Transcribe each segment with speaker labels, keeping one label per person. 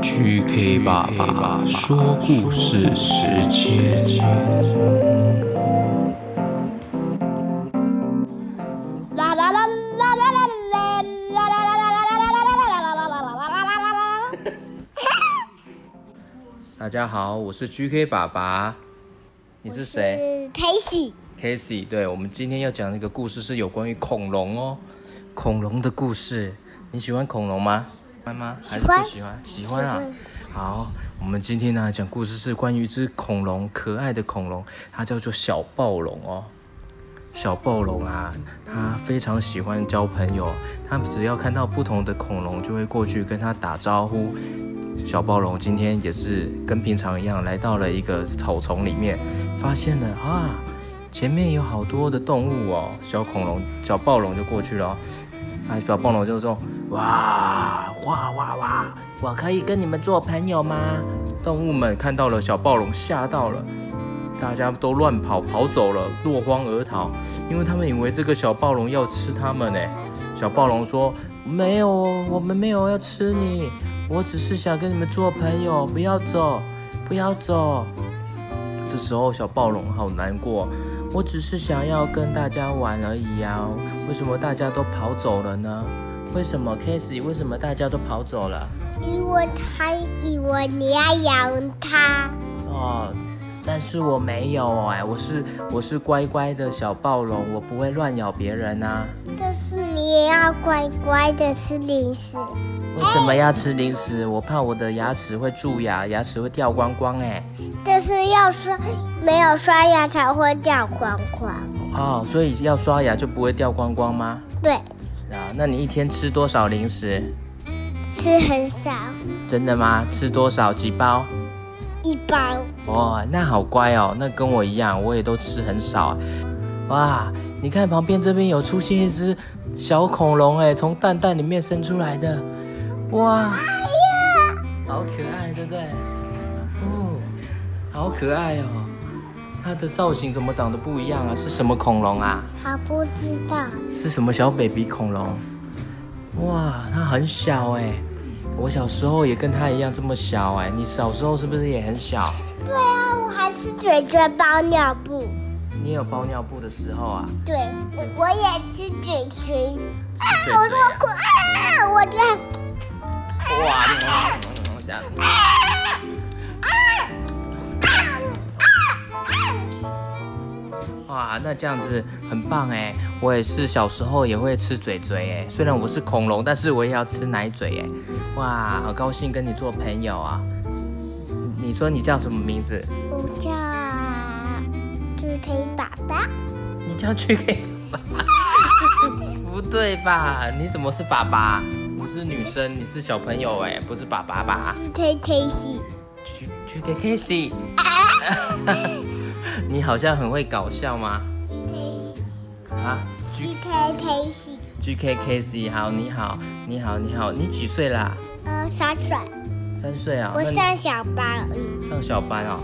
Speaker 1: GK 爸爸说故事时间。
Speaker 2: 啦啦啦啦啦啦啦啦啦啦啦啦啦啦啦啦啦啦啦啦啦啦啦啦！
Speaker 1: 大家好，我是 GK 爸爸，你是谁
Speaker 2: 是 Casey，
Speaker 1: ？Casey。对，我们今天要讲的一个故事是有关于恐龙哦，恐龙的故事。你喜欢恐龙吗？喜欢吗？还是
Speaker 2: 欢
Speaker 1: 不喜欢？喜欢啊。好，我们今天呢讲故事是关于一只恐龙，可爱的恐龙，它叫做小暴龙哦。小暴龙啊，它非常喜欢交朋友，它只要看到不同的恐龙，就会过去跟它打招呼。小暴龙今天也是跟平常一样，来到了一个草丛里面，发现了啊，前面有好多的动物哦。小恐龙、小暴龙就过去了、哦，啊，小暴龙就说：“哇哇哇哇，我可以跟你们做朋友吗？”动物们看到了小暴龙，吓到了。大家都乱跑，跑走了，落荒而逃，因为他们以为这个小暴龙要吃他们呢。小暴龙说：“没有，我们没有要吃你，我只是想跟你们做朋友，不要走，不要走。”这时候小暴龙好难过，我只是想要跟大家玩而已呀、啊，为什么大家都跑走了呢？为什么 Casey？为什么大家都跑走了？
Speaker 2: 因为他以为你要养他，
Speaker 1: 哦，但是我没有哎，我是我是乖乖的小暴龙，我不会乱咬别人啊。
Speaker 2: 但是你也要乖乖的吃零食。
Speaker 1: 为什么要吃零食？我怕我的牙齿会蛀牙，牙齿会掉光光哎。
Speaker 2: 但是要刷，没有刷牙才会掉光光。
Speaker 1: 哦，所以要刷牙就不会掉光光吗？
Speaker 2: 对，
Speaker 1: 啊，那你一天吃多少零食？
Speaker 2: 吃很少，
Speaker 1: 真的吗？吃多少？几包？
Speaker 2: 一包。
Speaker 1: 哇，那好乖哦，那跟我一样，我也都吃很少。啊哇，你看旁边这边有出现一只小恐龙，哎，从蛋蛋里面生出来的，哇，好可爱，对不对？哦，好可爱哦，它的造型怎么长得不一样啊？是什么恐龙啊？
Speaker 2: 好不知道，
Speaker 1: 是什么小 baby 恐龙？哇，它很小哎、我小时候也跟它一样这么小哎、你小时候是不是也很小？
Speaker 2: 对啊，我还是嘴嘴包尿布。
Speaker 1: 你有包尿布的时候啊？
Speaker 2: 对，我我也吃嘴唇。
Speaker 1: 吃
Speaker 2: 啊，
Speaker 1: 嘴
Speaker 2: 我
Speaker 1: 嘴
Speaker 2: 多
Speaker 1: 啊
Speaker 2: 苦啊！我这
Speaker 1: 哇！这样
Speaker 2: 啊
Speaker 1: 哇，那这样子很棒哎！我也是小时候也会吃嘴嘴哎，虽然我是恐龙，但是我也要吃奶嘴哎！哇，好高兴跟你做朋友啊！你说你叫什么名字？
Speaker 2: 我叫猪腿爸爸，
Speaker 1: 你叫 GK 爸爸？ 不对吧？你怎么是爸爸？你是女生，你是小朋友哎，不是爸爸吧？
Speaker 2: 猪腿腿西。
Speaker 1: 去去给 Casey，你好像很会搞笑吗？啊
Speaker 2: 鸡腿腿西，
Speaker 1: ，G K Casey，好，你好，你好，你好，你几岁啦？
Speaker 2: 呃，洒水。
Speaker 1: 三岁啊、
Speaker 2: 我
Speaker 1: 那你
Speaker 2: 上小班而已，
Speaker 1: 上小班哦。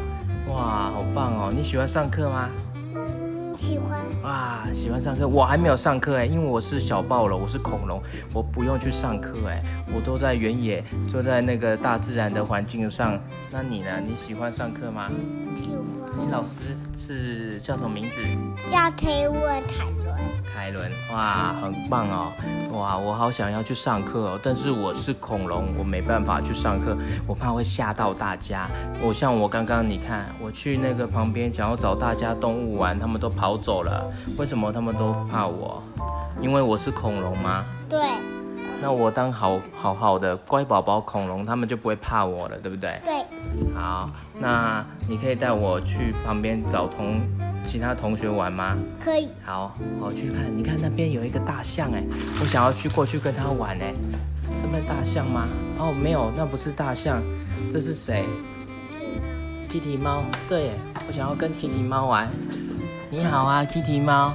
Speaker 1: 哇，好棒哦！你喜欢上课吗？
Speaker 2: 嗯，喜欢。
Speaker 1: 哇，喜欢上课，我还没有上课哎，因为我是小暴龙，我是恐龙，我不用去上课哎，我都在原野，坐在那个大自然的环境上。那你呢？你喜欢上课吗？
Speaker 2: 喜
Speaker 1: 你
Speaker 2: 欢
Speaker 1: 老师是叫什么名字？
Speaker 2: 叫推问凯伦，
Speaker 1: 凯伦，哇，很棒哦！哇，我好想要去上课哦，但是我是恐龙，我没办法去上课，我怕会吓到大家。我像我刚刚，你看，我去那个旁边想要找大家动物玩，他们都跑走了，为什么他们都怕我？因为我是恐龙吗？
Speaker 2: 对，
Speaker 1: 那我当好好好的乖宝宝恐龙，他们就不会怕我了，对不对？
Speaker 2: 对，
Speaker 1: 好，那你可以带我去旁边找同其他同学玩吗？
Speaker 2: 可以，
Speaker 1: 好，我去看，你看那边有一个大象哎，我想要去过去跟它玩哎，这边大象吗？哦，没有，那不是大象，这是谁？Kitty 猫，对耶，我想要跟 Kitty 猫玩。你好啊，Kitty 猫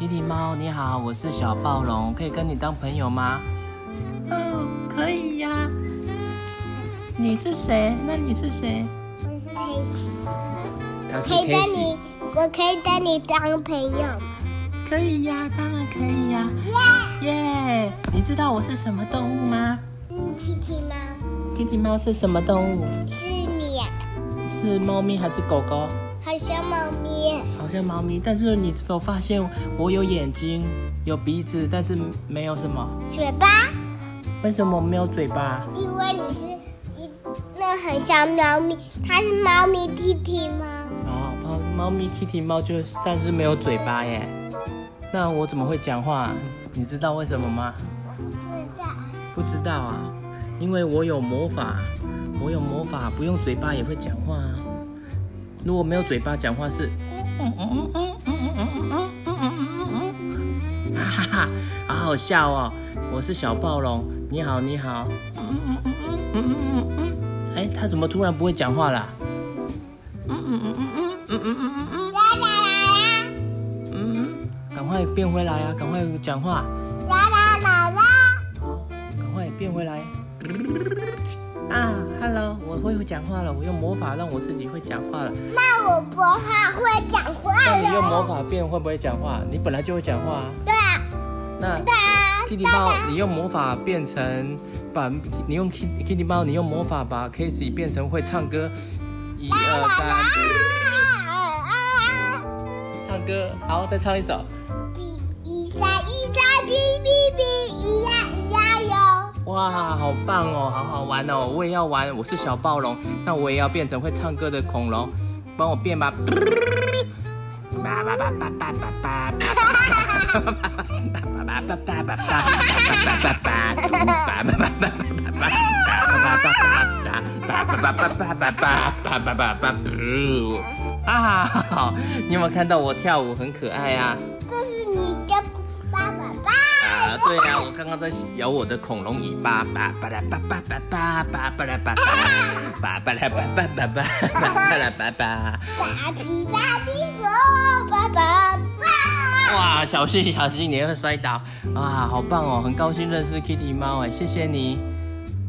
Speaker 1: ，Kitty 猫你好，我是小暴龙，可以跟你当朋友吗？
Speaker 3: 哦，可以呀、你是谁？那你是谁？
Speaker 2: 我是推西，
Speaker 1: 它是
Speaker 2: 可以跟
Speaker 1: Casey，
Speaker 2: 你，我可以跟你当朋友吗。
Speaker 3: 可以呀、当然可以呀、耶、你知道我是什么动物吗？
Speaker 2: 嗯，琪琪吗？
Speaker 1: 弟弟猫是什么动物？
Speaker 2: 是你啊，
Speaker 1: 是猫咪还是狗狗？
Speaker 2: 好像猫咪。
Speaker 1: 好像猫咪，但是你有发现我有眼睛、有鼻子，但是没有什么？
Speaker 2: 嘴巴，
Speaker 1: 为什么没有嘴巴？
Speaker 2: 因为你是一那很像猫咪，它是猫咪弟弟吗？
Speaker 1: 哦，猫猫咪 Kitty 猫就是，但是没有嘴巴耶。那我怎么会讲话？你知道为什么吗？
Speaker 2: 是的，
Speaker 1: 不知道啊，因为我有魔法，我有魔法，不用嘴巴也会讲话啊。如果没有嘴巴讲话是，嗯哈哈哈，嗯 好好笑哦！我是小暴龙，你好，你好。哎，他怎么突然不会讲话啦？
Speaker 2: 啦啦啦啦，
Speaker 1: 嗯，赶快变回来啊！赶快讲话。
Speaker 2: 啦啦啦啦，
Speaker 1: 好，赶快变回来。啊，Hello，我会讲话了，我用魔法让我自己会讲话了。
Speaker 2: 那我不还会讲话
Speaker 1: 那你用
Speaker 2: 了。
Speaker 1: 魔法变会不会讲话？你本来就会讲话啊。
Speaker 2: 对啊，
Speaker 1: 那
Speaker 2: 对啊，
Speaker 1: Kitty 猫，你用魔法变成把你用 Kitty Kitty 猫，你用魔法把 Casey 变成会唱歌。一二三，
Speaker 2: 啊啊啊！
Speaker 1: 唱歌，好，再唱一首。
Speaker 2: 比一下一下比比比一呀一呀哟，
Speaker 1: 哇，好棒哦，好好玩哦！我也要玩，我是小暴龙，那我也要变成会唱歌的恐龙，帮我变吧。 叭叭叭叭叭叭叭叭叭叭叭叭叭叭叭叭叭叭叭叭叭叭叭叭叭叭啊！你有没有看到我跳舞很可爱啊？
Speaker 2: 这是你的爸爸吧？
Speaker 1: 啊，对啊，我刚刚在咬我的恐龙尾巴，叭叭啦叭叭叭叭叭叭啦叭叭，叭叭啦叭叭叭叭叭啦叭叭。
Speaker 2: 爸比爸比我爸爸爸，
Speaker 1: 哇，小心小心，你会摔倒啊！好棒哦，很高兴认识 Kitty 猫哎，谢谢你。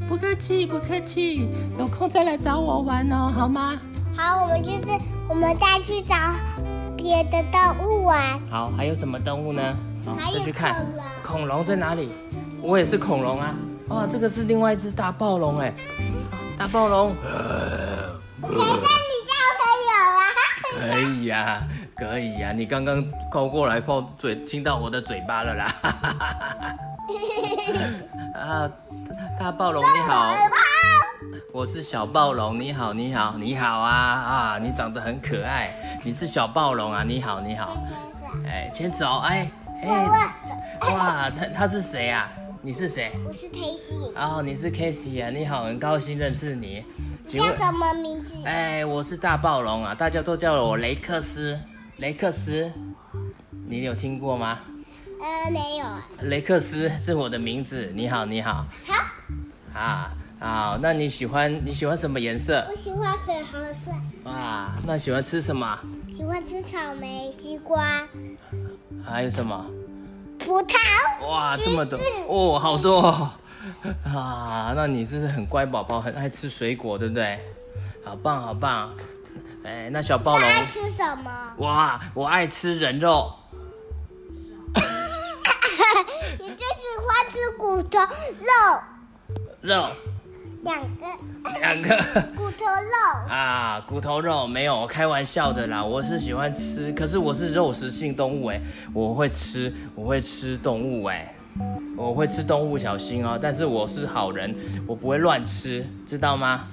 Speaker 1: 不客气不客气，有空再来找我玩哦，好吗？
Speaker 2: 好，我们这次我们再去找别的动物啊玩，
Speaker 1: 好，还有什么动物呢？好，
Speaker 2: 还有
Speaker 1: 再去看
Speaker 2: 恐
Speaker 1: 恐
Speaker 2: 龙
Speaker 1: 龙在哪里？我也是恐龙啊！哇，这个是另外一只大暴龙哎，大暴龙。
Speaker 2: 谁让你交朋友啊？
Speaker 1: 可以哎呀、可以呀、你刚刚靠过来靠嘴，亲到我的嘴巴了啦！ 啊，大暴龙你好，我是小暴龙，你好，你好，你好啊啊！你长得很可爱，你是小暴龙啊，你好，你好，哎，牵手，哎
Speaker 2: 我
Speaker 1: 哎，哇，他他是谁啊？你是谁？
Speaker 2: 我是裴西，
Speaker 1: 哦，你是 k a s e y 啊，你好，很高兴认识你，请
Speaker 2: 叫
Speaker 1: 问。
Speaker 2: 什么名字？
Speaker 1: 哎，我是大暴龙啊，大家都叫我雷克斯。雷克斯，你有听过吗？
Speaker 2: 呃，没有。
Speaker 1: 雷克斯是我的名字。你好，你好
Speaker 2: 好，
Speaker 1: 啊啊，那你喜欢你喜欢什么颜色？
Speaker 2: 我喜欢粉红色，
Speaker 1: 哇，那喜欢吃什么？
Speaker 2: 喜欢吃草莓、西瓜、
Speaker 1: 还有什么？
Speaker 2: 葡萄。
Speaker 1: 哇，这么多
Speaker 2: 橘子
Speaker 1: 哦，好多 哦、啊！那你是很乖宝宝，很爱吃水果，对不对？好棒，好棒！哎，那小暴龙，
Speaker 2: 爱吃什么？
Speaker 1: 哇，我爱吃人肉。
Speaker 2: 你就喜欢吃骨头肉，
Speaker 1: 肉
Speaker 2: 两个
Speaker 1: 两个，
Speaker 2: 骨头肉。
Speaker 1: 啊，骨头肉没有，开玩笑的啦。我是喜欢吃，可是我是肉食性动物哎、我会吃，我会吃动物哎、我会吃动物，小心哦。但是我是好人，我不会乱吃，知道吗？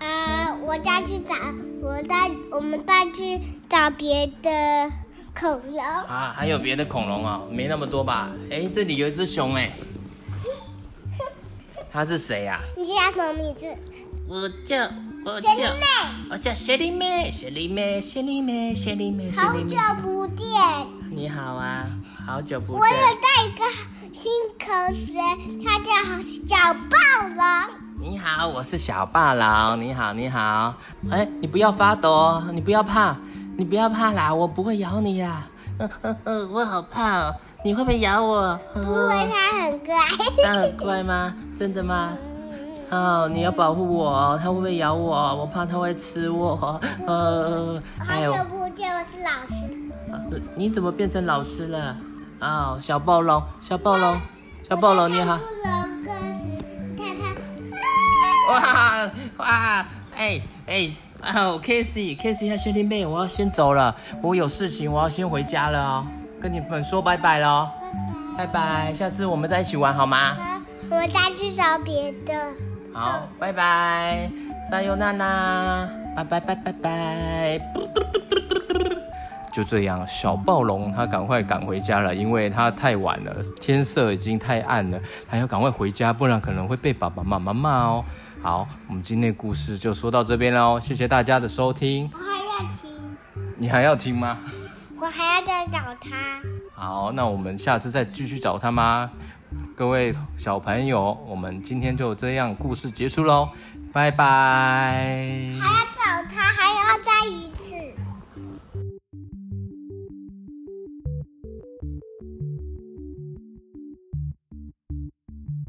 Speaker 2: 呃，我再去找，我再我们再去找别的恐龙。
Speaker 1: 啊，还有别的恐龙啊、没那么多吧？哎，这里有一只熊哎、它是谁啊呀、
Speaker 2: 你叫什么名字？
Speaker 1: 我叫我
Speaker 2: 学弟妹，
Speaker 1: 我叫雪莉妹，雪莉妹，雪莉妹，雪莉妹，
Speaker 2: 好久不见，
Speaker 1: 你好啊，好久不
Speaker 2: 我
Speaker 1: 见。
Speaker 2: 有带一个新同学，他叫小暴龙。
Speaker 1: 你好，我是小霸狼。你好，你好。哎，你不要发抖哦，你不要怕，你不要怕啦，我不会咬你啦。嗯嗯嗯， 我好怕哦，你会不会咬我？
Speaker 2: 因为他很可爱。
Speaker 1: 它很乖吗？真的吗？哦，你要保护我哦，它会不会咬我？我怕它会吃我。 呃，
Speaker 2: 好久不见，我是老师。
Speaker 1: 呃你怎么变成老师了？哦，小暴龙，小暴龙，小暴龙，你好
Speaker 2: 我。在看骷髅课时，看他。啊
Speaker 1: 哇哇，哎哎啊，Kissy，Kissy 和兄弟妹，我要先走了，我有事情，我要先回家了哦，跟你们说拜拜了哦，拜拜，下次我们再一起玩好吗？
Speaker 2: 我再去找别的。
Speaker 1: 好，拜拜，撒尤娜娜，拜拜拜拜拜。就这样，小暴龙他赶快赶回家了，因为他太晚了，天色已经太暗了，他要赶快回家，不然可能会被爸爸妈妈骂哦。好，我们今天的故事就说到这边喽，谢谢大家的收听
Speaker 2: 我。还要听，
Speaker 1: 你还要听吗？
Speaker 2: 我还要再找他。
Speaker 1: 好，那我们下次再继续找他吗？各位小朋友，我们今天就这样，故事结束喽，拜拜。
Speaker 2: 还要再